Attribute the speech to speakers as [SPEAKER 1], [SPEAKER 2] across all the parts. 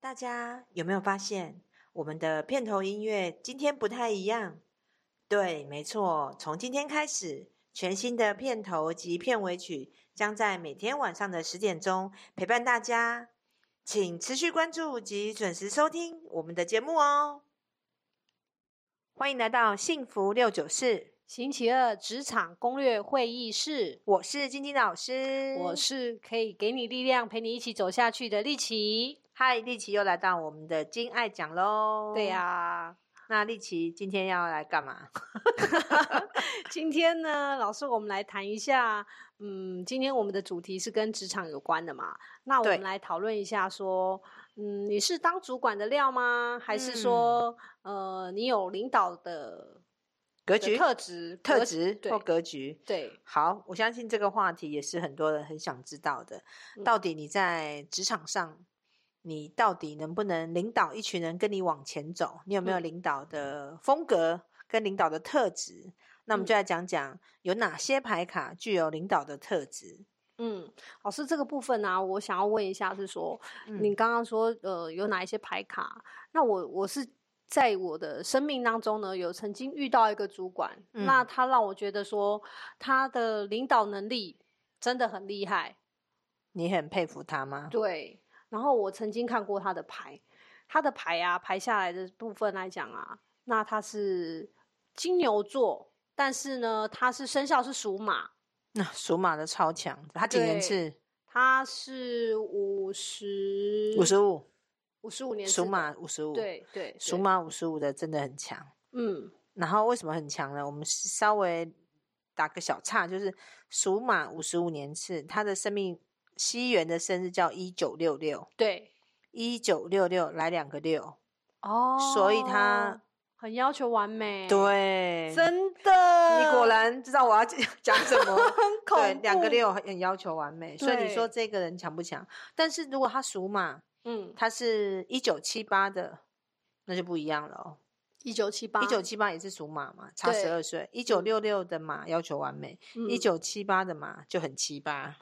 [SPEAKER 1] 啊，有没有发现我们的片头音乐今天不太一样？对，没错，从今天开始，全新的片头及片尾曲将在每天晚上的十点钟陪伴大家，请持续关注及准时收听我们的节目哦。欢迎来到幸福六九四，
[SPEAKER 2] 星期二职场攻略会议室，
[SPEAKER 1] 我是晶晶老师，
[SPEAKER 2] 我是可以给你力量、陪你一起走下去的丽琪。
[SPEAKER 1] 嗨，丽琪又来到我们的金爱奖喽。
[SPEAKER 2] 对呀、
[SPEAKER 1] 那丽琪今天要来干嘛？
[SPEAKER 2] 今天呢，老师，我们来谈一下，嗯，今天我们的主题是跟职场有关的嘛？那我
[SPEAKER 1] 对
[SPEAKER 2] 们来讨论一下，说，嗯，你是当主管的料吗？还
[SPEAKER 1] 嗯
[SPEAKER 2] 是说，呃，你有领导的
[SPEAKER 1] 格
[SPEAKER 2] 的
[SPEAKER 1] 局、
[SPEAKER 2] 特质、
[SPEAKER 1] 特
[SPEAKER 2] 格
[SPEAKER 1] 质
[SPEAKER 2] 对
[SPEAKER 1] 或格局。
[SPEAKER 2] 对，
[SPEAKER 1] 好，我相信这个话题也是很多人很想知道的。
[SPEAKER 2] 嗯
[SPEAKER 1] 到底你在职场上，你到底能不能领导一群人跟你往前走？你有没有
[SPEAKER 2] 嗯
[SPEAKER 1] 领导的风格跟领导的特质？那我们
[SPEAKER 2] 嗯
[SPEAKER 1] 就来讲讲有哪些牌卡具有领导的特质。
[SPEAKER 2] 嗯，老师这个部分呢、我想要问一下，是说，
[SPEAKER 1] 嗯
[SPEAKER 2] 你刚刚说，呃，有哪一些牌卡？那我我是在我的生命当中呢，有曾经遇到一个主管，那
[SPEAKER 1] 嗯
[SPEAKER 2] 他让我觉得说，他的领导能力真的很厉害。
[SPEAKER 1] 你很佩服他吗？
[SPEAKER 2] 对，然后我曾经看过他的牌，他的牌啊，排下来的部分来讲啊，那他是金牛座，但是呢，他是生肖是属马，
[SPEAKER 1] 那属马的超强，他几年
[SPEAKER 2] 对
[SPEAKER 1] 次？
[SPEAKER 2] 他是五十
[SPEAKER 1] 五十五，
[SPEAKER 2] 五十五年
[SPEAKER 1] 属
[SPEAKER 2] 制的
[SPEAKER 1] 马五十五，，
[SPEAKER 2] 对对，
[SPEAKER 1] 属
[SPEAKER 2] 对，
[SPEAKER 1] 马五十五的真的很强。
[SPEAKER 2] 嗯，
[SPEAKER 1] 然后为什么很强呢？我们是稍微打个小岔，就是属马五十五年次，他的生命西元的生日叫一九六六，
[SPEAKER 2] 对，
[SPEAKER 1] 一九六六来两个六，
[SPEAKER 2] 哦
[SPEAKER 1] 所以他
[SPEAKER 2] 很要求完美，，
[SPEAKER 1] 对，
[SPEAKER 2] 真的，
[SPEAKER 1] 你果然知道我要讲 讲什么，
[SPEAKER 2] 很恐
[SPEAKER 1] 对，
[SPEAKER 2] 怖，
[SPEAKER 1] 两个，六很要求完美，所以你说
[SPEAKER 2] 对
[SPEAKER 1] 这个人强不强？但是如果他属马，
[SPEAKER 2] 嗯，
[SPEAKER 1] 他是一九七八的。那就不一样了哦，
[SPEAKER 2] 一九七八，
[SPEAKER 1] 一九七八嗯也是属马嘛，差
[SPEAKER 2] 对
[SPEAKER 1] 十二岁。一九六六的马要求完美，
[SPEAKER 2] 嗯
[SPEAKER 1] 一九七八的嘛就很七八，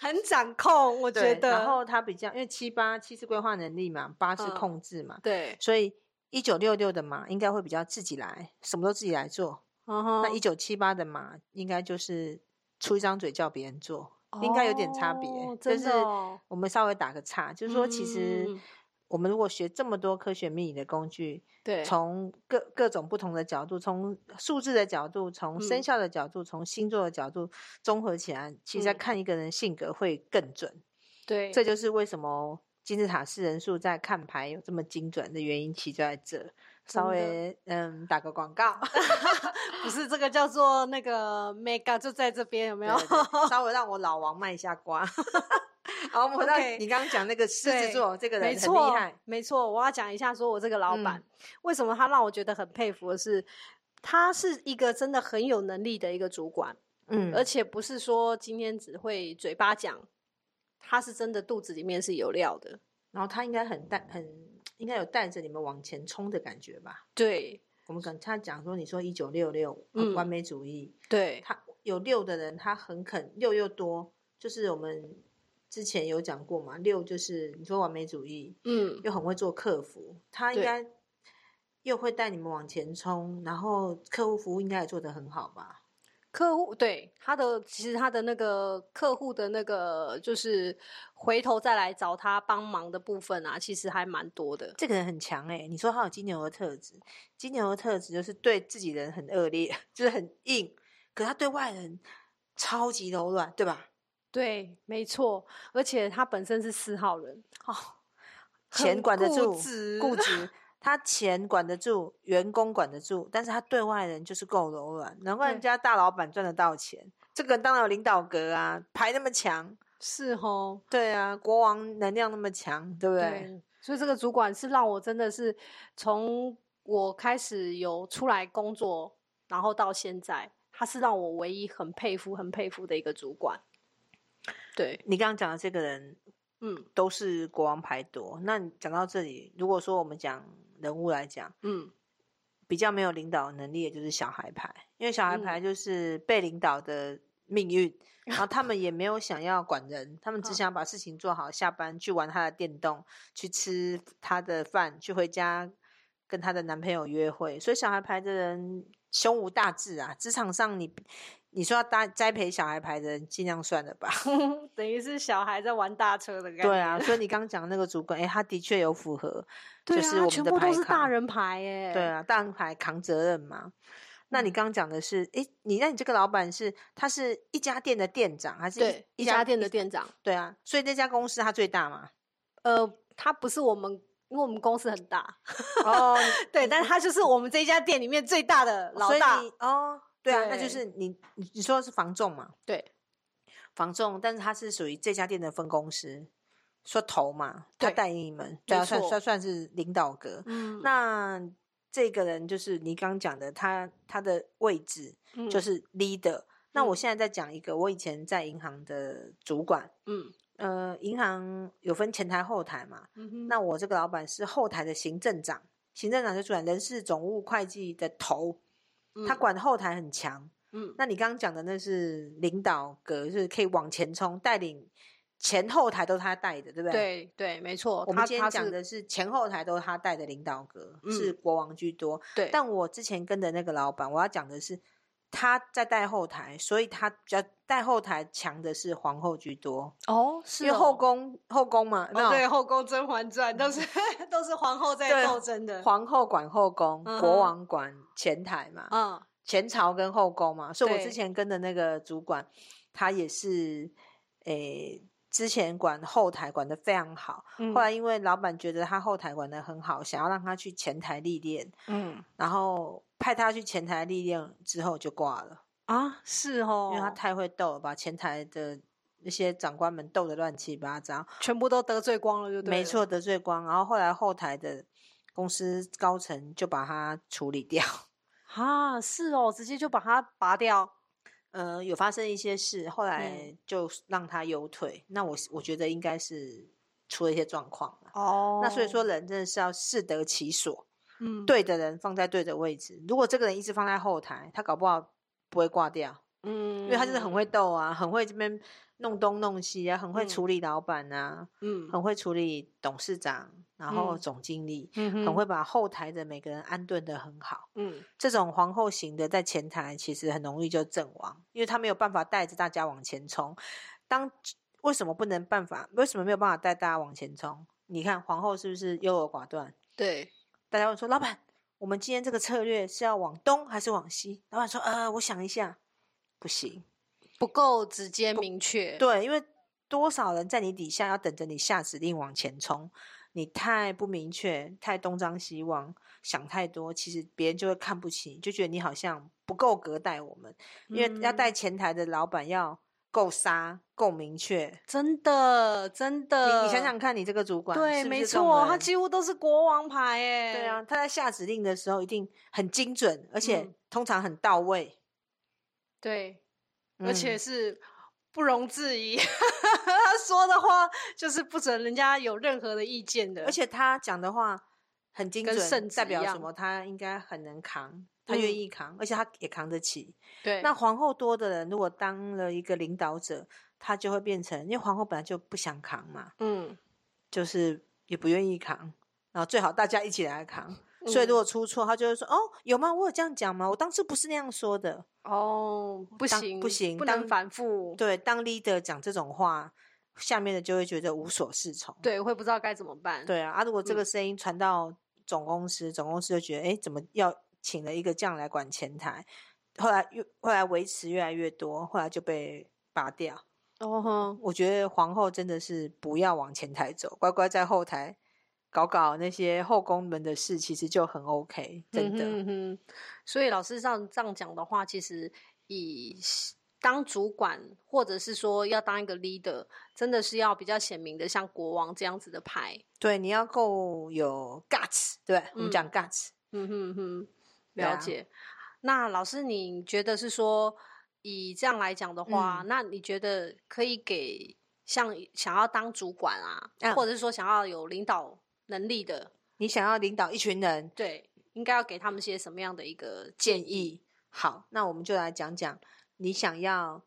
[SPEAKER 2] 很掌控，我觉
[SPEAKER 1] 对。
[SPEAKER 2] 得，
[SPEAKER 1] 然后他比较，因为七八七是规划能力嘛，八是
[SPEAKER 2] 嗯
[SPEAKER 1] 控制嘛，
[SPEAKER 2] 对，
[SPEAKER 1] 所以一九六六的马应该会比较自己来，什么都自己来做。
[SPEAKER 2] 嗯
[SPEAKER 1] 那
[SPEAKER 2] 哼
[SPEAKER 1] 一九七八的马应该就是出一张嘴叫别人做，应该有点差别
[SPEAKER 2] 哦。
[SPEAKER 1] 就
[SPEAKER 2] 真
[SPEAKER 1] 是
[SPEAKER 2] 的哦
[SPEAKER 1] 我们稍微打个岔，就是说其实
[SPEAKER 2] 嗯
[SPEAKER 1] 我们如果学这么多科学命理的工具，
[SPEAKER 2] 对，
[SPEAKER 1] 从各各种不同的角度，从数字的角度，从生
[SPEAKER 2] 嗯
[SPEAKER 1] 肖的角度，从星座的角度综合起来，其实在
[SPEAKER 2] 嗯
[SPEAKER 1] 看一个人性格会更准。
[SPEAKER 2] 对，
[SPEAKER 1] 这就是为什么金字塔四人数在看牌有这么精准的原因，其实就在这。稍
[SPEAKER 2] 真的
[SPEAKER 1] 微嗯，打个广告，
[SPEAKER 2] 不是这个叫做那个 mega 就在这边有 没
[SPEAKER 1] 没
[SPEAKER 2] 有？
[SPEAKER 1] 稍微让我老王卖一下瓜。 好，我们回到
[SPEAKER 2] OK
[SPEAKER 1] 你刚刚讲那个狮子
[SPEAKER 2] 对
[SPEAKER 1] 座，这个人
[SPEAKER 2] 没
[SPEAKER 1] 很厉
[SPEAKER 2] 错
[SPEAKER 1] 害，，嗯
[SPEAKER 2] 没错。我要讲一下，说我这个老板、为什么他让我觉得很佩服的是，他是一个真的很有能力的一个主管，
[SPEAKER 1] 嗯，
[SPEAKER 2] 而且不是说今天只会嘴巴讲，他是真的肚子里面是有料的。
[SPEAKER 1] 然后他应该很带，很应该有带着你们往前冲的感觉吧。
[SPEAKER 2] 对
[SPEAKER 1] 我们跟他讲说，你说一九六六
[SPEAKER 2] 嗯
[SPEAKER 1] 完美主义，
[SPEAKER 2] 对，
[SPEAKER 1] 他有六的人，他很肯六又多，就是我们之前有讲过嘛，六就是你说完美主义，
[SPEAKER 2] 嗯，
[SPEAKER 1] 又很会做客服，他应
[SPEAKER 2] 对
[SPEAKER 1] 该又会带你们往前冲，然后客户服务应该也做得很好吧？
[SPEAKER 2] 客户对他的其实他的那个客户的那个就是回头再来找他帮忙的部分啊，其实还蛮多的。
[SPEAKER 1] 这个人很强哎、你说他有金牛的特质，金牛的特质就是对自己人很恶劣， 就是很硬，可他对外人超级柔软，对吧？
[SPEAKER 2] 对，没错，而且他本身是四号人，
[SPEAKER 1] 钱
[SPEAKER 2] 很
[SPEAKER 1] 管得
[SPEAKER 2] 固
[SPEAKER 1] 住，
[SPEAKER 2] 执
[SPEAKER 1] 固执。他钱管得住，员工管得住，但是他对外人就是够柔软，难怪人
[SPEAKER 2] 对
[SPEAKER 1] 家大老板赚得到钱。这个人当然有领导格啊，牌那么强，
[SPEAKER 2] 是哦，
[SPEAKER 1] 对啊，国王能量那么强，对不对？
[SPEAKER 2] 对，所以这个主管是让我真的是从我开始有出来工作，然后到现在，他是让我唯一很佩服、很佩服的一个主管。对，
[SPEAKER 1] 你刚刚讲的这个人
[SPEAKER 2] 嗯
[SPEAKER 1] 都是国王牌多。那你讲到这里，如果说我们讲人物来讲，
[SPEAKER 2] 嗯，
[SPEAKER 1] 比较没有领导能力，也就是小孩牌，因为小孩
[SPEAKER 2] 嗯
[SPEAKER 1] 牌就是被领导的命运，然后他们也没有想要管人，他们只
[SPEAKER 2] 嗯
[SPEAKER 1] 想把事情做好，下班去玩他的电动，去吃他的饭，去回家跟她的男朋友约会。所以小孩牌的人胸无大志啊，职场上你你说要栽栽培小孩牌的人，尽量算了 吧。
[SPEAKER 2] 等于是小孩在玩大车的感觉。
[SPEAKER 1] 对啊，所以你刚讲那个主管，诶，他的确有符合，
[SPEAKER 2] 对
[SPEAKER 1] 就
[SPEAKER 2] 啊，
[SPEAKER 1] 是我们
[SPEAKER 2] 全
[SPEAKER 1] 的
[SPEAKER 2] 部
[SPEAKER 1] 牌
[SPEAKER 2] 都是大
[SPEAKER 1] 卡
[SPEAKER 2] 人牌耶。
[SPEAKER 1] 对，啊，大人牌扛责任嘛。那你
[SPEAKER 2] 嗯
[SPEAKER 1] 刚刚讲的是，诶，你那你这个老板是他是一家店的店长还是一
[SPEAKER 2] 对，一家店的
[SPEAKER 1] 一
[SPEAKER 2] 店长，
[SPEAKER 1] 对啊，所以这家公司它最大嘛。
[SPEAKER 2] 呃，他不是我们，因为我们公司很 大，
[SPEAKER 1] 哦，
[SPEAKER 2] 对，但他就是我们这一家店里面最大的老
[SPEAKER 1] 所以
[SPEAKER 2] 大
[SPEAKER 1] 你。哦，对啊，那就
[SPEAKER 2] 对
[SPEAKER 1] 是你你你说的是房仲嘛？
[SPEAKER 2] 对，
[SPEAKER 1] 房仲，但是它是属于这家店的分公司，说头嘛，他
[SPEAKER 2] 对
[SPEAKER 1] 带你们，对啊，
[SPEAKER 2] 没
[SPEAKER 1] 算
[SPEAKER 2] 错
[SPEAKER 1] 算算是领导格。
[SPEAKER 2] 嗯
[SPEAKER 1] 那这个人就是你刚讲的，他他的位置就
[SPEAKER 2] 嗯
[SPEAKER 1] 是 leader。那我
[SPEAKER 2] 嗯
[SPEAKER 1] 现在在讲一个我以前在银行的主管，
[SPEAKER 2] 嗯
[SPEAKER 1] 呃，银行有分前台后台嘛，
[SPEAKER 2] 嗯哼，
[SPEAKER 1] 那我这个老板是后台的行政长，行政长就主管人事、总务、会计的头，他
[SPEAKER 2] 嗯
[SPEAKER 1] 管后台很强。
[SPEAKER 2] 嗯
[SPEAKER 1] 那你刚刚讲的那是领导格，就是可以往前冲，带领前后台都是他带的，对不对？。
[SPEAKER 2] 对对，没错，
[SPEAKER 1] 我们
[SPEAKER 2] 他
[SPEAKER 1] 今
[SPEAKER 2] 他
[SPEAKER 1] 天讲
[SPEAKER 2] 是
[SPEAKER 1] 的是前后台都是他带的领导格，
[SPEAKER 2] 嗯
[SPEAKER 1] 是国王居多。
[SPEAKER 2] 对，
[SPEAKER 1] 但我之前跟的那个老板，我要讲的是他在带后台，所以他比较带后台强的是皇后居多，
[SPEAKER 2] 哦是
[SPEAKER 1] 因为后
[SPEAKER 2] 哦
[SPEAKER 1] 宫后宫嘛，
[SPEAKER 2] 哦
[SPEAKER 1] 那
[SPEAKER 2] 对后宫《甄嬛传》都是都是皇后在
[SPEAKER 1] 对
[SPEAKER 2] 斗争的，
[SPEAKER 1] 皇后管后宫，
[SPEAKER 2] 嗯哼
[SPEAKER 1] 国王管前台嘛，
[SPEAKER 2] 嗯
[SPEAKER 1] 前朝跟后宫嘛。所以我之
[SPEAKER 2] 对
[SPEAKER 1] 前跟的那个主管，他也是，诶、之前管后台管得非常好，
[SPEAKER 2] 嗯
[SPEAKER 1] 后来因为老板觉得他后台管得很好，想要让他去前台历练，
[SPEAKER 2] 嗯
[SPEAKER 1] 然后派他去前台历练之后就挂了，
[SPEAKER 2] 啊是哦，
[SPEAKER 1] 因为他太会斗了，把前台的那些长官们斗得乱七八糟。
[SPEAKER 2] 全部都得罪光了，就对，
[SPEAKER 1] 没，错，得罪光。然后后来后台的公司高层就把它处理掉。
[SPEAKER 2] 啊是哦，直接就把它拔掉，
[SPEAKER 1] 呃，有发生一些事，后来
[SPEAKER 2] 嗯
[SPEAKER 1] 就让他优退。那我是我觉得应该是出了一些状况了。
[SPEAKER 2] 哦
[SPEAKER 1] 那所以说，，人真的是要适得其所，
[SPEAKER 2] 嗯，，
[SPEAKER 1] 对的人放在对的位置。如果这个人一直放在后台，他搞不好不会挂掉，
[SPEAKER 2] 嗯，
[SPEAKER 1] 因为他就是很会斗啊，很会这边弄东弄西啊，很会
[SPEAKER 2] 嗯
[SPEAKER 1] 处理老板啊，
[SPEAKER 2] 嗯，
[SPEAKER 1] 很会处理董事长，然后
[SPEAKER 2] 嗯
[SPEAKER 1] 总经理。
[SPEAKER 2] 嗯
[SPEAKER 1] 很
[SPEAKER 2] 哼
[SPEAKER 1] 会把后台的每个人安顿的很好。
[SPEAKER 2] 嗯
[SPEAKER 1] 这种皇后型的在前台其实很容易就阵亡，因为他没有办法带着大家往前冲。当为什么不能办法？为什么没有办法带大家往前冲？你看皇后是不是优柔寡断？
[SPEAKER 2] 对，
[SPEAKER 1] 大家会说，老板，我们今天这个策略是要往东还是往西？老板说，呃，我想一下，不行。
[SPEAKER 2] 不够直接明确，
[SPEAKER 1] 对，因为多少人在你底下要等着你下指令往前冲，你太不明确，太东张西望，想太多，其实别人就会看不起你，就觉得你好像不够格带我们。因为要
[SPEAKER 2] 嗯
[SPEAKER 1] 带前台的老板要够杀、够明确。
[SPEAKER 2] 真的真的，
[SPEAKER 1] 你你想想看，你这个主管
[SPEAKER 2] 呃对，
[SPEAKER 1] 是不
[SPEAKER 2] 没
[SPEAKER 1] 是这种
[SPEAKER 2] 错，他
[SPEAKER 1] 人
[SPEAKER 2] 几乎都是国王牌哎。
[SPEAKER 1] 对啊，，他在下指令的时候一定很精准，而且
[SPEAKER 2] 嗯
[SPEAKER 1] 通常很到位，
[SPEAKER 2] 对，而且
[SPEAKER 1] 嗯
[SPEAKER 2] 是不容置疑， 他说的话就是不准人家有任何的意见的。
[SPEAKER 1] 而且他讲的话很精
[SPEAKER 2] 跟
[SPEAKER 1] 准，
[SPEAKER 2] 圣
[SPEAKER 1] 代
[SPEAKER 2] 旨一
[SPEAKER 1] 表什
[SPEAKER 2] 样
[SPEAKER 1] 么？他应该很能扛，他愿
[SPEAKER 2] 嗯
[SPEAKER 1] 意扛，而且他也扛得起。
[SPEAKER 2] 对，
[SPEAKER 1] 那皇后多的人，如果当了一个领导者，他就会变成，因为皇后本来就不想扛嘛，
[SPEAKER 2] 嗯，
[SPEAKER 1] 就是也不愿意扛，然后最好大家一起来扛。所以如
[SPEAKER 2] 嗯
[SPEAKER 1] 果出错，他就会说：“哦，有吗？我有这样讲吗？我当初不是那样说的。
[SPEAKER 2] 哦，不
[SPEAKER 1] 当
[SPEAKER 2] 行
[SPEAKER 1] 不行
[SPEAKER 2] 不
[SPEAKER 1] 当
[SPEAKER 2] 能反复”，
[SPEAKER 1] 对，当 leader 讲这种话，下面的就会觉得无所适从。
[SPEAKER 2] 对，会不知道该怎么办。，
[SPEAKER 1] 对啊，啊，如果这
[SPEAKER 2] 嗯
[SPEAKER 1] 个声音传到总公司，总公司就觉得，哎，怎么要请了一个这样来管前台？后来越后来维持越来越多，后来就被拔掉。
[SPEAKER 2] 哦哼，
[SPEAKER 1] 我觉得皇后真的是不要往前台走，乖乖在后台搞搞那些后宫们的事，其实就很 OK，真的。
[SPEAKER 2] 嗯哼嗯哼所以老师上这样讲的话，其实以当主管或者是说要当一个 leader，真的是要比较显明的，像国王这样子的牌。
[SPEAKER 1] 对，你要够有 guts，对我们讲 guts，、
[SPEAKER 2] 嗯哼哼，
[SPEAKER 1] 对
[SPEAKER 2] 了
[SPEAKER 1] 啊
[SPEAKER 2] 解。那老师，你觉得是说以这样来讲的话，
[SPEAKER 1] 嗯
[SPEAKER 2] 那你觉得可以给像想要当主管啊，
[SPEAKER 1] 嗯
[SPEAKER 2] 或者是说想要有领导能力的，
[SPEAKER 1] 你想要领导一群人，
[SPEAKER 2] 对，应该要给他们些什么样的一个
[SPEAKER 1] 建议。好，那我们就来讲讲你想要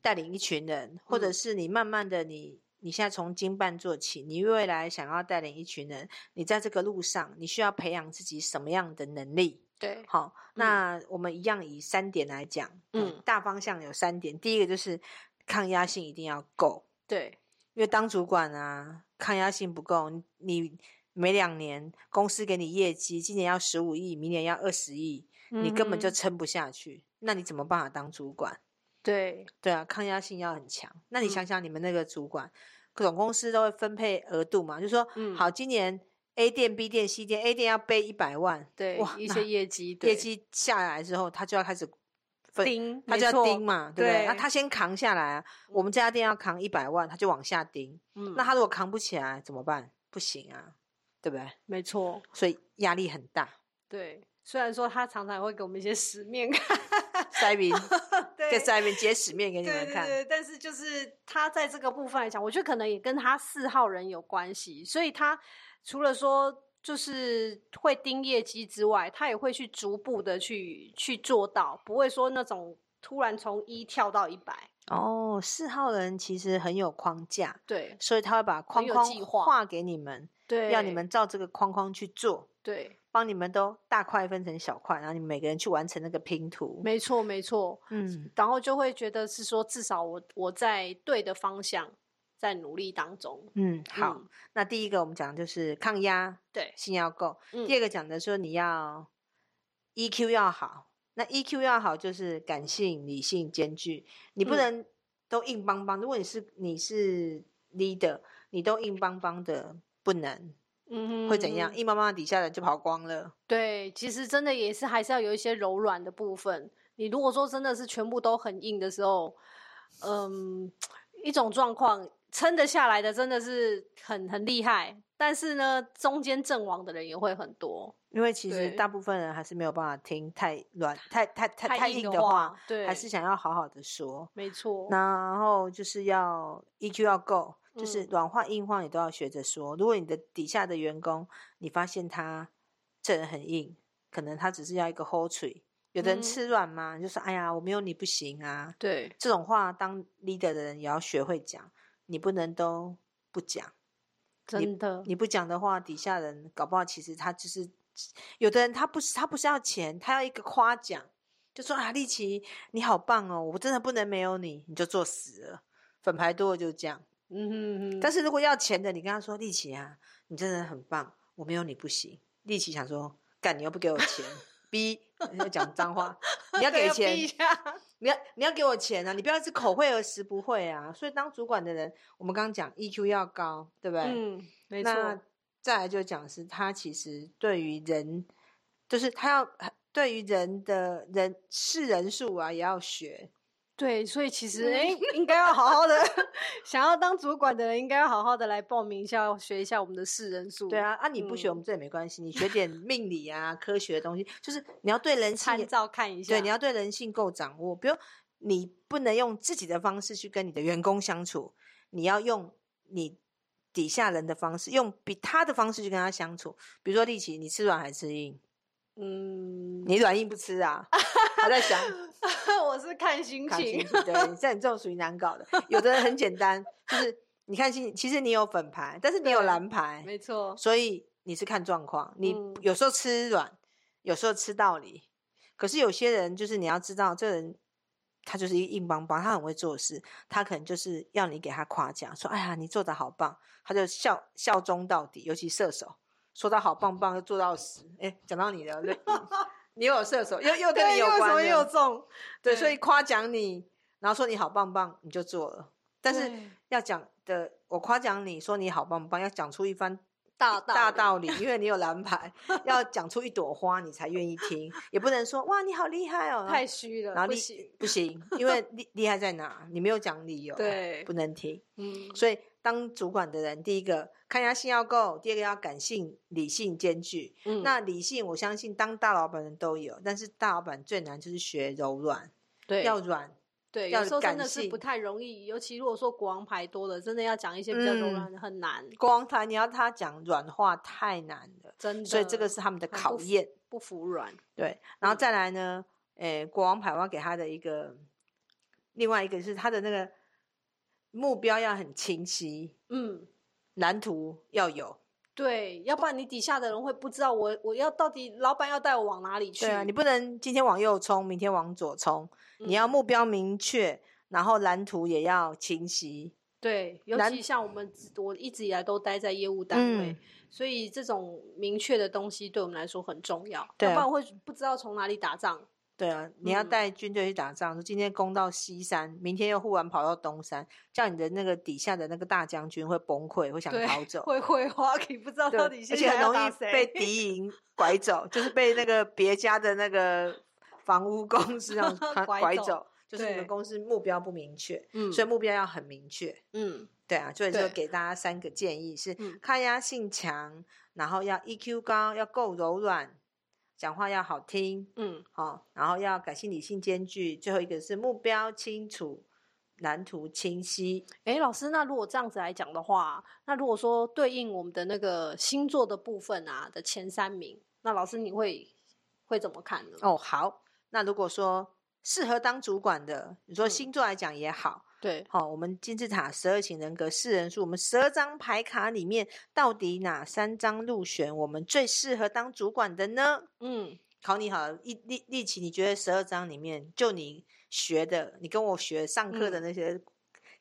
[SPEAKER 1] 带领一群人，或者
[SPEAKER 2] 嗯
[SPEAKER 1] 是你慢慢的你。你现在从经办做起，你未来想要带领一群人，你在这个路上，你需要培养自己什么样的能力？
[SPEAKER 2] 对，
[SPEAKER 1] 好，那我们一样以三点来讲，
[SPEAKER 2] 嗯
[SPEAKER 1] 大方向有三点。第一个就是抗压性一定要够，
[SPEAKER 2] 对，
[SPEAKER 1] 因为当主管啊，抗压性不够，你你每两年公司给你业绩，今年要十五亿，明年要二十亿，你根本就
[SPEAKER 2] 嗯哼
[SPEAKER 1] 撑不下去，那你怎么办法当主管？
[SPEAKER 2] 对，
[SPEAKER 1] 对啊，抗压性要很强。那你
[SPEAKER 2] 嗯
[SPEAKER 1] 想想，你们那个主管，各种公司都会分配额度嘛，就说，
[SPEAKER 2] 嗯
[SPEAKER 1] 好，今年 A 店、B 店、C 店，A 店要背一百万，
[SPEAKER 2] 对
[SPEAKER 1] 哇，
[SPEAKER 2] 一
[SPEAKER 1] 那
[SPEAKER 2] 些业绩，
[SPEAKER 1] 业绩下来之后，他就要开始分，
[SPEAKER 2] 盯，
[SPEAKER 1] 他
[SPEAKER 2] 没
[SPEAKER 1] 就要
[SPEAKER 2] 错
[SPEAKER 1] 盯，嘛，对不对？那
[SPEAKER 2] 对
[SPEAKER 1] 他先扛下来啊，我们这家店要扛一百万，他就往下盯。
[SPEAKER 2] 嗯，
[SPEAKER 1] 那他如果扛不起来怎么办？不行啊，对不对？
[SPEAKER 2] 没错，
[SPEAKER 1] 所以压力很大。
[SPEAKER 2] 对。虽然说他常常会给我们一些死面 看，
[SPEAKER 1] 塞 明
[SPEAKER 2] 对
[SPEAKER 1] 在塞明解使面给你
[SPEAKER 2] 对
[SPEAKER 1] 们
[SPEAKER 2] 对
[SPEAKER 1] 看，
[SPEAKER 2] 对，但是就是他在这个部分来讲，我觉得可能也跟他四号人有关系，所以他除了说就是会盯业绩之外，他也会去逐步的去去做到，不会说那种突然从一跳到一百。
[SPEAKER 1] 哦，四号人其实很有框架，
[SPEAKER 2] 对
[SPEAKER 1] 所以他会把框
[SPEAKER 2] 有
[SPEAKER 1] 框
[SPEAKER 2] 计划
[SPEAKER 1] 画给你们，
[SPEAKER 2] 对，
[SPEAKER 1] 要你们照这个框框去做，
[SPEAKER 2] 对，
[SPEAKER 1] 帮你们都大块分成小块，然后你们每个人去完成那个拼图。
[SPEAKER 2] 没错没错，
[SPEAKER 1] 嗯，
[SPEAKER 2] 然后就会觉得是说至少我我在对的方向在努力当中。
[SPEAKER 1] 嗯，好，
[SPEAKER 2] 嗯
[SPEAKER 1] 那第一个我们讲的就是抗压
[SPEAKER 2] 对，
[SPEAKER 1] 性要够，
[SPEAKER 2] 嗯
[SPEAKER 1] 第二个讲的说你要 EQ 要好，那 EQ 要好就是感性、理性兼具，你不
[SPEAKER 2] 嗯
[SPEAKER 1] 能都硬邦邦。如果你是你是 leader，你都硬邦邦的不能
[SPEAKER 2] 嗯
[SPEAKER 1] 会怎样？
[SPEAKER 2] 哼
[SPEAKER 1] 硬邦邦底下的就跑光了。
[SPEAKER 2] 对，其实真的也是还是要有一些柔软的部分。你如果说真的是全部都很硬的时候，嗯，一种状况撑得下来的真的是很很厉害，但是呢，中间阵亡的人也会很多，
[SPEAKER 1] 因为其实
[SPEAKER 2] 对
[SPEAKER 1] 大部分人还是没有办法听太软、太太太硬
[SPEAKER 2] 硬
[SPEAKER 1] 的
[SPEAKER 2] 话，，对，
[SPEAKER 1] 还是想要好好的说。
[SPEAKER 2] 没错，
[SPEAKER 1] 然后就是要 EQ 要够，就是
[SPEAKER 2] 嗯
[SPEAKER 1] 软话硬话你都要学着说。如果你的底下的员工，你发现他这人很硬，可能他只是要一个 hold 嘴，有的人
[SPEAKER 2] 嗯
[SPEAKER 1] 吃软嘛，你就说哎呀我没有你不行啊。
[SPEAKER 2] 对，
[SPEAKER 1] 这种话当 leader 的人也要学会讲，你不能都不讲。
[SPEAKER 2] 真的，
[SPEAKER 1] 你不讲的话，底下人搞不好其实他就是有的人他不是他不是要钱，他要一个夸奖，就说啊丽琪你好棒哦，我真的不能没有你，你就作死了。粉牌多的就这样，
[SPEAKER 2] 嗯哼哼，
[SPEAKER 1] 但是如果要钱的，你跟他说丽琪啊，你真的很棒，我没有你不行。丽琪想说，干你又不给我钱，逼要讲脏话，你要给
[SPEAKER 2] 对
[SPEAKER 1] 钱
[SPEAKER 2] 逼一，下
[SPEAKER 1] 你要你要给我钱啊！你不要一直口惠而实不惠啊！所以当主管的人，我们刚刚讲 EQ 要高，对 不对？
[SPEAKER 2] 嗯，没错，
[SPEAKER 1] 那再来就讲是他其实对于人，就是他要对于人的人是人数啊，也要学。
[SPEAKER 2] 对，所以其实哎、诶应该要好好的， 想要当主管的人，应该要好好的来报名一下，学一下我们的四人数。
[SPEAKER 1] 对，啊，啊你不学我
[SPEAKER 2] 嗯
[SPEAKER 1] 们这也没关系，你学点命理啊、科学的东西，就是你要对人性
[SPEAKER 2] 参
[SPEAKER 1] 也，
[SPEAKER 2] 照看一下。
[SPEAKER 1] 对，你要对人性够掌握，不用你不能用自己的方式去跟你的员工相处，你要用你。底下人的方式，用比他的方式去跟他相处。比如说，丽琪，你吃软还吃硬？
[SPEAKER 2] 嗯，
[SPEAKER 1] 你软硬不吃啊？我在想，
[SPEAKER 2] 我是看心
[SPEAKER 1] 卡心
[SPEAKER 2] 情。
[SPEAKER 1] 情，对， 像你这种属于难搞的。有的人很简单，就是你看心情，其实你有粉牌，但是你有
[SPEAKER 2] 对
[SPEAKER 1] 蓝牌，
[SPEAKER 2] 没错，
[SPEAKER 1] 所以你是看状况，你
[SPEAKER 2] 嗯
[SPEAKER 1] 有时候吃软，有时候吃道理。可是有些人就是你要知道，这人他就是一个硬邦邦，他很会做事，他可能就是要你给他夸奖，说哎呀你做的好棒，他就效效忠到底，尤其射手。说到好棒棒，就做到死。哎，讲到你了，对嗯 你又有射手，又又跟你
[SPEAKER 2] 对，
[SPEAKER 1] 有
[SPEAKER 2] 又
[SPEAKER 1] 关
[SPEAKER 2] 什
[SPEAKER 1] 了，
[SPEAKER 2] 么又中？
[SPEAKER 1] 对，
[SPEAKER 2] 对
[SPEAKER 1] 所以夸奖你，然后说你好棒棒，你就做了。但是
[SPEAKER 2] 对
[SPEAKER 1] 要讲的，我夸奖你说你好棒棒，要讲出一番
[SPEAKER 2] 大道
[SPEAKER 1] 大
[SPEAKER 2] 理
[SPEAKER 1] 道理，因为你有蓝牌，要讲出一朵花，你才愿意听。也不能说哇你好厉害哦，
[SPEAKER 2] 太虚了，
[SPEAKER 1] 然后
[SPEAKER 2] 不
[SPEAKER 1] 厉
[SPEAKER 2] 行。
[SPEAKER 1] 不行，因为厉厉害在哪？你没有讲理由，，
[SPEAKER 2] 对
[SPEAKER 1] 不，能听。
[SPEAKER 2] 嗯，
[SPEAKER 1] 所以当主管的人，第一个抗压性要够，第二个要感性、理性兼具。
[SPEAKER 2] 嗯
[SPEAKER 1] 那理性，我相信当大老板的都有，但是大老板最难就是学柔软，
[SPEAKER 2] 对
[SPEAKER 1] 要软，
[SPEAKER 2] 对，
[SPEAKER 1] 要
[SPEAKER 2] 有时候
[SPEAKER 1] 感
[SPEAKER 2] 真的是
[SPEAKER 1] 性
[SPEAKER 2] 不太容易，尤其如果说国王牌多的，真的要讲一些比较柔
[SPEAKER 1] 嗯
[SPEAKER 2] 软的很难，
[SPEAKER 1] 光他你要他讲软话太难了，
[SPEAKER 2] 真的。
[SPEAKER 1] 所以这个是他们的
[SPEAKER 2] 很不
[SPEAKER 1] 考
[SPEAKER 2] 服
[SPEAKER 1] 验。
[SPEAKER 2] 不服软。
[SPEAKER 1] 对，然后呃
[SPEAKER 2] 嗯
[SPEAKER 1] 再来呢，诶，国王牌我要给他的一个另外一个是他的那个目标要很清晰，
[SPEAKER 2] 嗯，
[SPEAKER 1] 蓝图要有。
[SPEAKER 2] 对，要不然你底下的人会不知道我我要到底老板要带我往哪里去。
[SPEAKER 1] 对啊，你不能今天往右冲，明天往左冲，你要
[SPEAKER 2] 嗯
[SPEAKER 1] 目标明确，然后蓝图也要清晰。
[SPEAKER 2] 对，尤
[SPEAKER 1] 难
[SPEAKER 2] 其像我们只我一直以来都待在业务单位，
[SPEAKER 1] 嗯
[SPEAKER 2] 所以这种明确的东西对我们来说很重要，
[SPEAKER 1] 对啊
[SPEAKER 2] 要不然会不知道从哪里打仗。
[SPEAKER 1] 对啊，你要
[SPEAKER 2] 嗯
[SPEAKER 1] 带军队去打仗，说今天攻到西山，明天又忽然跑到东山，叫你的那个底下的那个大将军会崩溃，会想
[SPEAKER 2] 对
[SPEAKER 1] 逃， 走。
[SPEAKER 2] 会会花你不知道
[SPEAKER 1] 对，
[SPEAKER 2] 到底
[SPEAKER 1] 而
[SPEAKER 2] 现
[SPEAKER 1] 且
[SPEAKER 2] 在
[SPEAKER 1] 很
[SPEAKER 2] 要
[SPEAKER 1] 容
[SPEAKER 2] 打
[SPEAKER 1] 易
[SPEAKER 2] 谁。
[SPEAKER 1] 被敌营拐走，就是被那个别家的那个房屋公司 让
[SPEAKER 2] 拐
[SPEAKER 1] 拐
[SPEAKER 2] 走
[SPEAKER 1] 走，就是你们
[SPEAKER 2] 对
[SPEAKER 1] 公司目标不明确，
[SPEAKER 2] 嗯
[SPEAKER 1] 所以目标要很明确。
[SPEAKER 2] 嗯
[SPEAKER 1] 对啊，所以就
[SPEAKER 2] 对
[SPEAKER 1] 给大家三个建议是：
[SPEAKER 2] 嗯
[SPEAKER 1] 抗压性强，然后要 EQ 高，要够柔软，讲话要好听，
[SPEAKER 2] 嗯，
[SPEAKER 1] 哦，然后要感性理性兼具。最后一个是目标清楚，蓝图清晰。
[SPEAKER 2] 诶，老师，那如果这样子来讲的话，那如果说对应我们的那个星座的部分啊的前三名，那老师你会会怎么看呢？
[SPEAKER 1] 哦，好，那如果说适合当主管的，你说
[SPEAKER 2] 嗯
[SPEAKER 1] 星座来讲也好，
[SPEAKER 2] 对，
[SPEAKER 1] 好、我们金字塔十二型人格四人数，我们十二张牌卡里面到底哪三张入选我们最适合当主管的呢？
[SPEAKER 2] 嗯
[SPEAKER 1] 考你好了，一立立奇，你觉得十二章里面，就你学的，你跟我学上课的
[SPEAKER 2] 嗯
[SPEAKER 1] 那些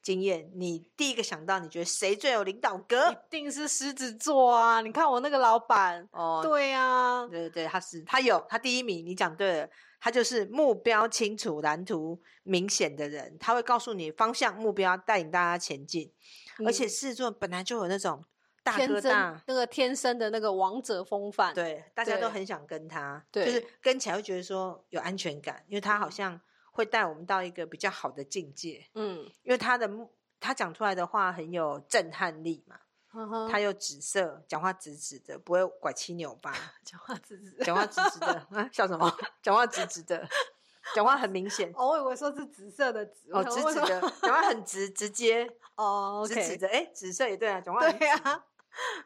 [SPEAKER 1] 经验，你第一个想到，你觉得谁最有领导
[SPEAKER 2] 一
[SPEAKER 1] 格？
[SPEAKER 2] 定是狮子座啊！你看我那个老板，
[SPEAKER 1] 哦，
[SPEAKER 2] 对啊，
[SPEAKER 1] 对对对，他是他有他第一名，你讲对了，他就是目标清楚、蓝图明显的人，他会告诉你方向、目标，带领大家前进。而且
[SPEAKER 2] 嗯
[SPEAKER 1] 狮子座本来就有那种大
[SPEAKER 2] 天
[SPEAKER 1] 哥
[SPEAKER 2] 真
[SPEAKER 1] 大。
[SPEAKER 2] 那个天生的那个王者风范，，
[SPEAKER 1] 对，大家都
[SPEAKER 2] 对
[SPEAKER 1] 很想跟他，就是
[SPEAKER 2] 对
[SPEAKER 1] 跟起来会觉得说有安全感，因为他好
[SPEAKER 2] 嗯
[SPEAKER 1] 像会带我们到一个比较好的境界，
[SPEAKER 2] 嗯，
[SPEAKER 1] 因为他的目他讲出来的话很有震撼力嘛，
[SPEAKER 2] 呵呵
[SPEAKER 1] 他有紫色，讲话直直的，不会拐七扭八，
[SPEAKER 2] 讲话直直，。
[SPEAKER 1] 讲话直直的啊，笑什么？ 讲话直直的，讲话很明显
[SPEAKER 2] 哦，我以为说是紫色的紫，
[SPEAKER 1] 哦，
[SPEAKER 2] 我
[SPEAKER 1] 直
[SPEAKER 2] 想为
[SPEAKER 1] 直
[SPEAKER 2] 什么
[SPEAKER 1] 的， 讲话很直，直接，
[SPEAKER 2] 哦
[SPEAKER 1] 直直
[SPEAKER 2] ，OK，
[SPEAKER 1] 的，哎，紫色也对啊，讲话很
[SPEAKER 2] 对
[SPEAKER 1] 直
[SPEAKER 2] 啊，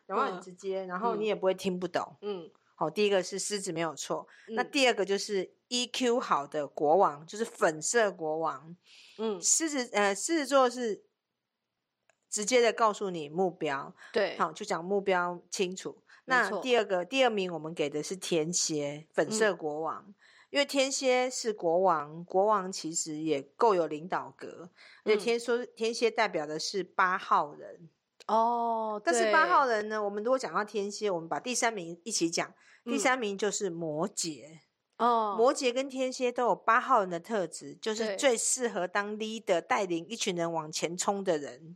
[SPEAKER 1] 讲话很
[SPEAKER 2] 嗯
[SPEAKER 1] 直接，然后你
[SPEAKER 2] 嗯
[SPEAKER 1] 也不会听不懂。
[SPEAKER 2] 嗯，
[SPEAKER 1] 好、第一个是狮子没有错，那
[SPEAKER 2] 嗯
[SPEAKER 1] 第二个就是 EQ 好的国王，就是粉色国王。
[SPEAKER 2] 嗯，
[SPEAKER 1] 狮子呃，狮子座是直接的告诉你目标，
[SPEAKER 2] 对，
[SPEAKER 1] 好，就讲目标清楚。
[SPEAKER 2] 没
[SPEAKER 1] 那
[SPEAKER 2] 错
[SPEAKER 1] 第二个第二名我们给的是天蝎粉
[SPEAKER 2] 嗯
[SPEAKER 1] 色国王，因为天蝎是国王，国王其实也够有领导格，而且
[SPEAKER 2] 嗯
[SPEAKER 1] 天蝎天蝎代表的是八号人，
[SPEAKER 2] 哦，
[SPEAKER 1] 但是八
[SPEAKER 2] 对
[SPEAKER 1] 号人呢，我们如果讲到天蝎，我们把第三名一起讲，第
[SPEAKER 2] 嗯
[SPEAKER 1] 三名就是摩羯。
[SPEAKER 2] 哦，
[SPEAKER 1] 摩羯跟天蝎都有八号人的特质，就是
[SPEAKER 2] 对
[SPEAKER 1] 最适合当 leader 带领一群人往前冲的人。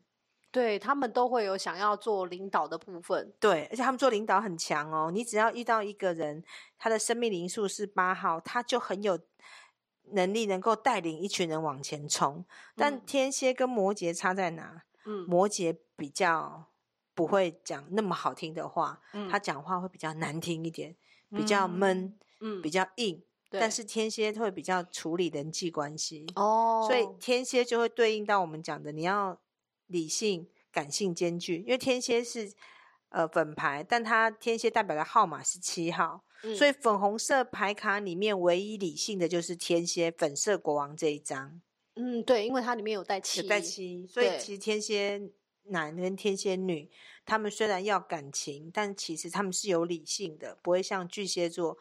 [SPEAKER 2] 对他们都会有想要做领导的部分，
[SPEAKER 1] 对，而且他们做领导很强哦。你只要遇到一个人，他的生命灵数是八号，他就很有能力能够带领一群人往前冲。但
[SPEAKER 2] 嗯
[SPEAKER 1] 天蝎跟摩羯差在哪？
[SPEAKER 2] 嗯，
[SPEAKER 1] 摩羯比较不会讲那么好听的话，
[SPEAKER 2] 嗯
[SPEAKER 1] 他讲话会比较难听一点，比较闷，
[SPEAKER 2] 嗯，
[SPEAKER 1] 比较硬。但
[SPEAKER 2] 对
[SPEAKER 1] 是天蝎会比较处理人际关系，
[SPEAKER 2] 哦，
[SPEAKER 1] 所以天蝎就会对应到我们讲的，你要理性、感性兼具。因为天蝎是呃粉牌，但它天蝎代表的号码是七号，
[SPEAKER 2] 嗯
[SPEAKER 1] 所以粉红色牌卡里面唯一理性的就是天蝎粉色国王这一张，
[SPEAKER 2] 嗯，对，因为它里面有带气，
[SPEAKER 1] 有带七，所以
[SPEAKER 2] 对
[SPEAKER 1] 其实天蝎。男跟天蝎女，他们虽然要感情，但其实他们是有理性的，不会像巨蟹座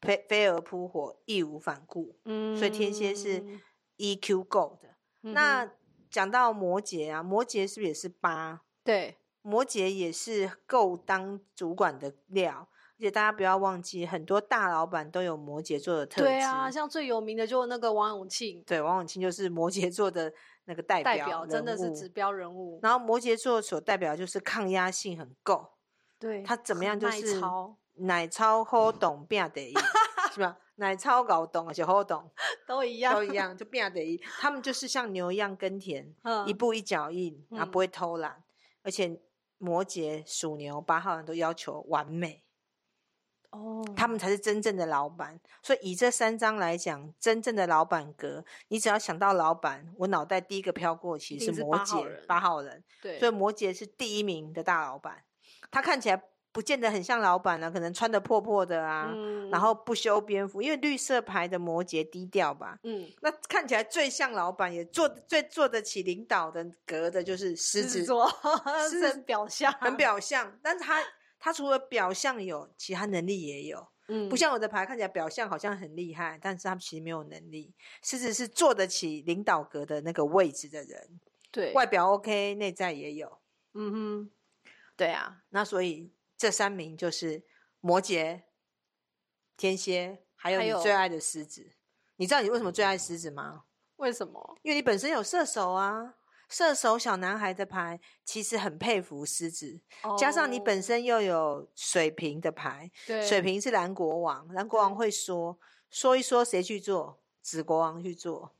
[SPEAKER 1] 飞飞蛾扑火、义无反顾。
[SPEAKER 2] 嗯，
[SPEAKER 1] 所以天蝎是 EQ 够的。
[SPEAKER 2] 嗯哼
[SPEAKER 1] 那讲到摩羯啊，摩羯是不是也是八？
[SPEAKER 2] 对，
[SPEAKER 1] 摩羯也是够当主管的料，而且大家不要忘记，很多大老板都有摩羯座的特质。
[SPEAKER 2] 对啊，像最有名的就是那个王永庆
[SPEAKER 1] 对王永庆就是摩羯座的那个代
[SPEAKER 2] 代
[SPEAKER 1] 表
[SPEAKER 2] 表，真的
[SPEAKER 1] 人
[SPEAKER 2] 是
[SPEAKER 1] 物
[SPEAKER 2] 指。标人物，
[SPEAKER 1] 然后摩羯座所代表就是抗压性很够，
[SPEAKER 2] 对，
[SPEAKER 1] 他怎么样
[SPEAKER 2] 很
[SPEAKER 1] 就
[SPEAKER 2] 耐
[SPEAKER 1] 是
[SPEAKER 2] 操
[SPEAKER 1] 奶超好懂变得是吧？奶超搞懂而且好懂
[SPEAKER 2] 都一样，
[SPEAKER 1] 都一样，就变得他们就是像牛一样耕田，
[SPEAKER 2] 嗯，
[SPEAKER 1] 一步一脚印，啊，不
[SPEAKER 2] 嗯
[SPEAKER 1] 会偷懒，而且摩羯、属牛、八号人都要求完美，
[SPEAKER 2] 哦，
[SPEAKER 1] 他们才是真正的老板。所以以这三张来讲，真正的老板格，你只要想到老板，我脑袋第一个飘过去
[SPEAKER 2] 一定是
[SPEAKER 1] 摩
[SPEAKER 2] 八号
[SPEAKER 1] 羯
[SPEAKER 2] 人
[SPEAKER 1] 八号人，
[SPEAKER 2] 对，
[SPEAKER 1] 所以摩羯是第一名的大老板，他看起来不见得很像老板啊，可能穿的破破的啊，
[SPEAKER 2] 嗯
[SPEAKER 1] 然后不修边幅，因为绿色牌的摩羯低调吧。
[SPEAKER 2] 嗯，
[SPEAKER 1] 那看起来最像老板，也做最做得起领导的格的，就是狮
[SPEAKER 2] 狮
[SPEAKER 1] 子
[SPEAKER 2] 子
[SPEAKER 1] 座，
[SPEAKER 2] 座
[SPEAKER 1] 狮
[SPEAKER 2] 是很表象，
[SPEAKER 1] 很，表象。但是他他除了表象有，其他能力也有。
[SPEAKER 2] 嗯，
[SPEAKER 1] 不像我的牌看起来表象好像很厉害，但是他们其实没有能力。狮子是坐得起领导格的那个位置的人，
[SPEAKER 2] 对，
[SPEAKER 1] 外表 OK，内在也有。
[SPEAKER 2] 嗯哼，对啊，
[SPEAKER 1] 那所以这三名就是摩羯、天蝎，还有
[SPEAKER 2] 还
[SPEAKER 1] 你
[SPEAKER 2] 有
[SPEAKER 1] 最爱的狮子。你知道你为什么最爱狮子吗？
[SPEAKER 2] 为什么？
[SPEAKER 1] 因为你本身有射手啊，射手小男孩的牌其实很佩服狮子，加上你
[SPEAKER 2] 哦
[SPEAKER 1] 本身又有水瓶的牌，
[SPEAKER 2] 对
[SPEAKER 1] 水瓶是蓝国王，蓝国王
[SPEAKER 2] 对
[SPEAKER 1] 会说说一说谁去做，指国王去做。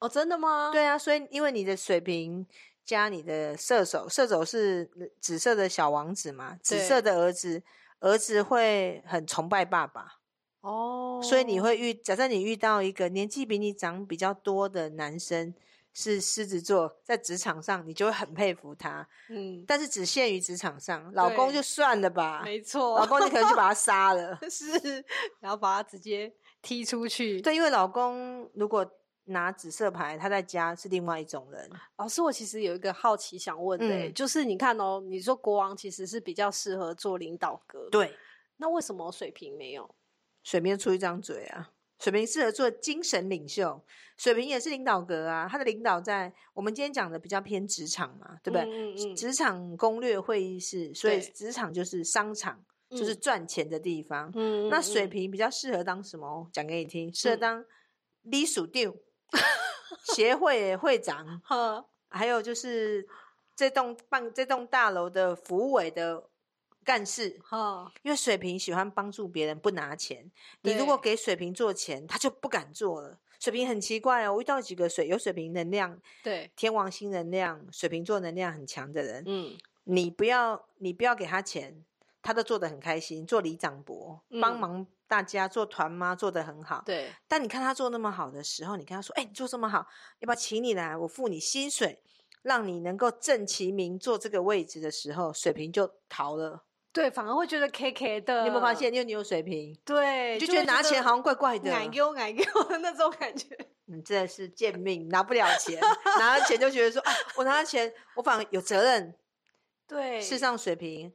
[SPEAKER 2] 哦，真的吗？，
[SPEAKER 1] 对啊，所以因为你的水瓶加你的射手，射手是呃紫色的小王子嘛，紫
[SPEAKER 2] 对
[SPEAKER 1] 色的儿子，儿子会很崇拜爸爸，
[SPEAKER 2] 哦，
[SPEAKER 1] 所以你会遇，假设你遇到一个年纪比你长比较多的男生。是狮子座，在职场上你就会很佩服他，
[SPEAKER 2] 嗯，
[SPEAKER 1] 但是只限于职场上，老公
[SPEAKER 2] 对
[SPEAKER 1] 就算了吧，
[SPEAKER 2] 没
[SPEAKER 1] 老
[SPEAKER 2] 错，
[SPEAKER 1] 公你可能就把他杀了。
[SPEAKER 2] 是，然后把他直接踢出去。，
[SPEAKER 1] 对，因为老公如果拿紫色牌，他在家是另外一种人。
[SPEAKER 2] 老师，我其实有一个好奇想问的欸、
[SPEAKER 1] 嗯
[SPEAKER 2] 就是你看哦，你说国王其实是比较适合做领导格，，
[SPEAKER 1] 对，
[SPEAKER 2] 那为什么水瓶没有？
[SPEAKER 1] 水瓶出一张嘴啊，水瓶适合做精神领袖，水瓶也是领导格啊。他的领导在我们今天讲的比较偏职场嘛，对不对？
[SPEAKER 2] 嗯嗯嗯，
[SPEAKER 1] 职场攻略会议室，所以
[SPEAKER 2] 对
[SPEAKER 1] 职场就是商场，就是
[SPEAKER 2] 嗯
[SPEAKER 1] 赚钱的地方。
[SPEAKER 2] 嗯，
[SPEAKER 1] 那
[SPEAKER 2] 嗯
[SPEAKER 1] 水
[SPEAKER 2] 嗯
[SPEAKER 1] 瓶比较适合当什么？讲给你听，适合
[SPEAKER 2] 嗯
[SPEAKER 1] 当隶属 定协会会长，
[SPEAKER 2] 呵
[SPEAKER 1] 还有就是这栋办这栋大楼的服委的干事，
[SPEAKER 2] 呵，
[SPEAKER 1] 因为水瓶喜欢帮助别人，不拿钱。你如果
[SPEAKER 2] 对
[SPEAKER 1] 给水瓶做钱，他就不敢做了。水瓶很奇怪哦，我遇到几个水有水瓶能量、
[SPEAKER 2] 对，
[SPEAKER 1] 天王星能量、水瓶座能量很强的人，
[SPEAKER 2] 嗯
[SPEAKER 1] 你不要你不要给他钱，他都做得很开心，做里长伯，帮
[SPEAKER 2] 嗯
[SPEAKER 1] 忙大家做团妈做得很好。
[SPEAKER 2] 对，
[SPEAKER 1] 但你看他做那么好的时候，你跟他说：“哎、你做这么好，要不要请你来？我付你薪水，让你能够正其名坐这个位置的时候，水瓶就逃了。
[SPEAKER 2] 对，反而会觉得 K K 的，
[SPEAKER 1] 你有没有发现？？因为你有水瓶，
[SPEAKER 2] 呃对，
[SPEAKER 1] 你就觉得
[SPEAKER 2] 会
[SPEAKER 1] 拿钱好像怪怪的。
[SPEAKER 2] 矮丢矮丢的那种感觉。
[SPEAKER 1] 你真的是贱命，拿不了钱，拿了钱就觉得说：啊，我拿了钱，我反而有责任。
[SPEAKER 2] 对，
[SPEAKER 1] 事实上，水瓶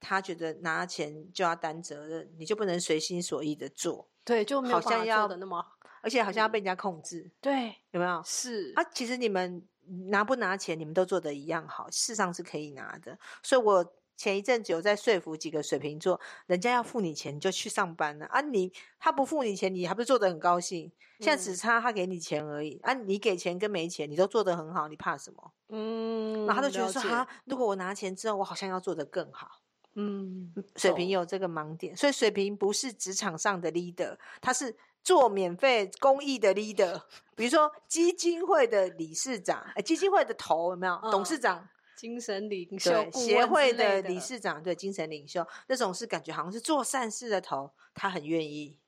[SPEAKER 1] 他觉得拿了钱就要担责任，你就不能随心所欲的做，
[SPEAKER 2] 对，就没有
[SPEAKER 1] 好像
[SPEAKER 2] 办法
[SPEAKER 1] 要
[SPEAKER 2] 做的那么好。
[SPEAKER 1] 而且好像要被人家控制，
[SPEAKER 2] 对，
[SPEAKER 1] 有没有？
[SPEAKER 2] 嗯是
[SPEAKER 1] 啊，其实你们拿不拿钱，你们都做的一样好，事实上是可以拿的。所以我前一阵子有在说服几个水瓶座，人家要付你钱，你就去上班了啊你！他不付你钱，你还不是做的很高兴？现在只
[SPEAKER 2] 嗯
[SPEAKER 1] 差他给你钱而已、啊！你给钱跟没钱，你都做的很好，你怕什么？
[SPEAKER 2] 嗯，
[SPEAKER 1] 然后他就觉得
[SPEAKER 2] 了
[SPEAKER 1] 说
[SPEAKER 2] 解
[SPEAKER 1] 哈，如果我拿钱之后，我好像要做的更好。
[SPEAKER 2] 嗯，
[SPEAKER 1] 水瓶
[SPEAKER 2] 懂
[SPEAKER 1] 有这个盲点，所以水瓶不是职场上的 leader，他是做免费公益的 leader，比如说基金会的理事长，呃、基金会的头有没有？董事
[SPEAKER 2] 嗯
[SPEAKER 1] 长，
[SPEAKER 2] 精神领袖
[SPEAKER 1] 对，
[SPEAKER 2] 顾
[SPEAKER 1] 协
[SPEAKER 2] 问之
[SPEAKER 1] 会
[SPEAKER 2] 类的
[SPEAKER 1] 理事长，对，精神领袖那种是感觉好像是做善事的头，他很愿意。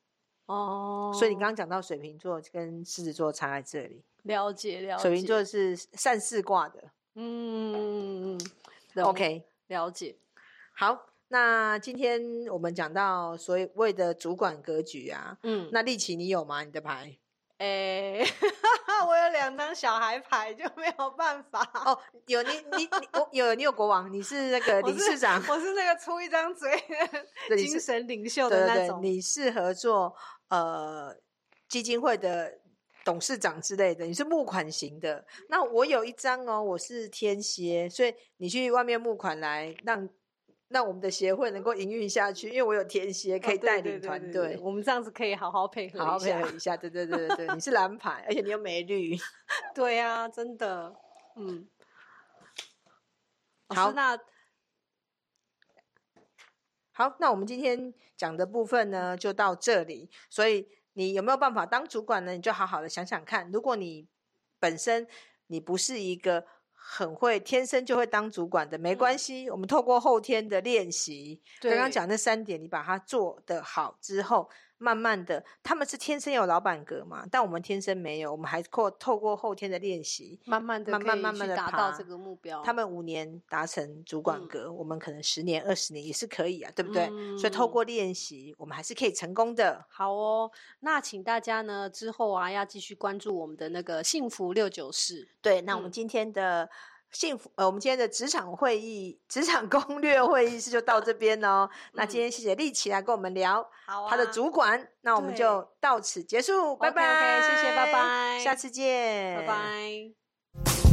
[SPEAKER 2] 哦，
[SPEAKER 1] 所以你刚刚讲到水瓶座跟狮子座差在这里，
[SPEAKER 2] 了解了解，
[SPEAKER 1] 水瓶座是善事挂的。
[SPEAKER 2] 嗯嗯嗯嗯
[SPEAKER 1] OK，
[SPEAKER 2] 了解，
[SPEAKER 1] 好，那今天我们讲到所谓的主管格局啊，
[SPEAKER 2] 嗯，
[SPEAKER 1] 那丽琪你有吗？你的牌？
[SPEAKER 2] 诶， 我有两张小孩牌就没有办法，
[SPEAKER 1] 哦，有你你你我有你有国王，你是那个
[SPEAKER 2] 我
[SPEAKER 1] 理
[SPEAKER 2] 是
[SPEAKER 1] 事长，
[SPEAKER 2] 我是那个出一张嘴的
[SPEAKER 1] 对你
[SPEAKER 2] 精
[SPEAKER 1] 是
[SPEAKER 2] 神领袖
[SPEAKER 1] 对
[SPEAKER 2] 的
[SPEAKER 1] 对
[SPEAKER 2] 那
[SPEAKER 1] 对，
[SPEAKER 2] 种，
[SPEAKER 1] 你适合做呃基金会的董事长之类的，你是募款型的。那我有一张哦，我是天蝎，所以你去外面募款来让。让我们的协会能够营运下去，因为我有天蝎可
[SPEAKER 2] 哦
[SPEAKER 1] 以
[SPEAKER 2] 对
[SPEAKER 1] 带
[SPEAKER 2] 对
[SPEAKER 1] 领
[SPEAKER 2] 对
[SPEAKER 1] 团
[SPEAKER 2] 对对
[SPEAKER 1] 队，
[SPEAKER 2] 我们这样子可以好好配合
[SPEAKER 1] 好好
[SPEAKER 2] 一下
[SPEAKER 1] 配合一下。对对对对对，你是蓝牌，而且你又没绿。
[SPEAKER 2] 对啊，真的，嗯。老
[SPEAKER 1] 好
[SPEAKER 2] 师，那
[SPEAKER 1] 好，那我们今天讲的部分呢，就到这里。所以你有没有办法当主管呢？你就好好的想想看，如果你本身你不是一个很会，天生就会当主管的，没关系。我们透过后天的练习，刚刚
[SPEAKER 2] 嗯对
[SPEAKER 1] 讲那三点，你把它做得好之后，慢慢的，他们是天生有老板格嘛，但我们天生没有，我们还透透过后天的练习，
[SPEAKER 2] 慢慢的
[SPEAKER 1] 慢慢慢慢地
[SPEAKER 2] 达到
[SPEAKER 1] 爬
[SPEAKER 2] 这个目标。
[SPEAKER 1] 他们五年达成主管
[SPEAKER 2] 哦嗯
[SPEAKER 1] 格，我们可能十年、二十年也是可以啊，对不对？所以透
[SPEAKER 2] 嗯
[SPEAKER 1] 过练习，我们还是可以成功的。
[SPEAKER 2] 好哦，那请大家呢之后啊要继续关注我们的那个幸福六九四。
[SPEAKER 1] 对，那我们
[SPEAKER 2] 嗯
[SPEAKER 1] 今天的幸福，呃，我们今天的职场会议、职场攻略会议室就到这边哦。那今
[SPEAKER 2] 嗯
[SPEAKER 1] 天谢谢丽琪来跟我们聊
[SPEAKER 2] 好啊，
[SPEAKER 1] 她的主管，那我们
[SPEAKER 2] 对
[SPEAKER 1] 就到此结束，拜拜。
[SPEAKER 2] OK，OK，谢谢拜拜
[SPEAKER 1] 下次见，
[SPEAKER 2] 拜。拜。